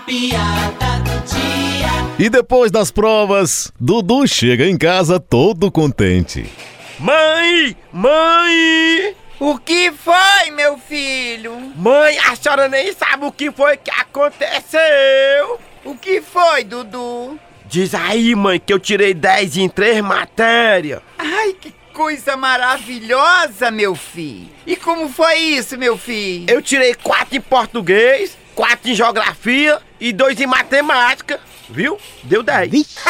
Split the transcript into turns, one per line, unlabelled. piada do dia.
E depois das provas, Dudu chega em casa todo contente.
Mãe! Mãe!
O que foi, meu filho?
Mãe, a senhora nem sabe o que foi que aconteceu!
O que foi, Dudu?
Diz aí, mãe, que eu tirei 10 em três matérias.
Ai, que coisa maravilhosa, meu filho. E como foi isso, meu filho?
Eu tirei quatro em português, quatro em geografia e dois em matemática, viu? Deu 10.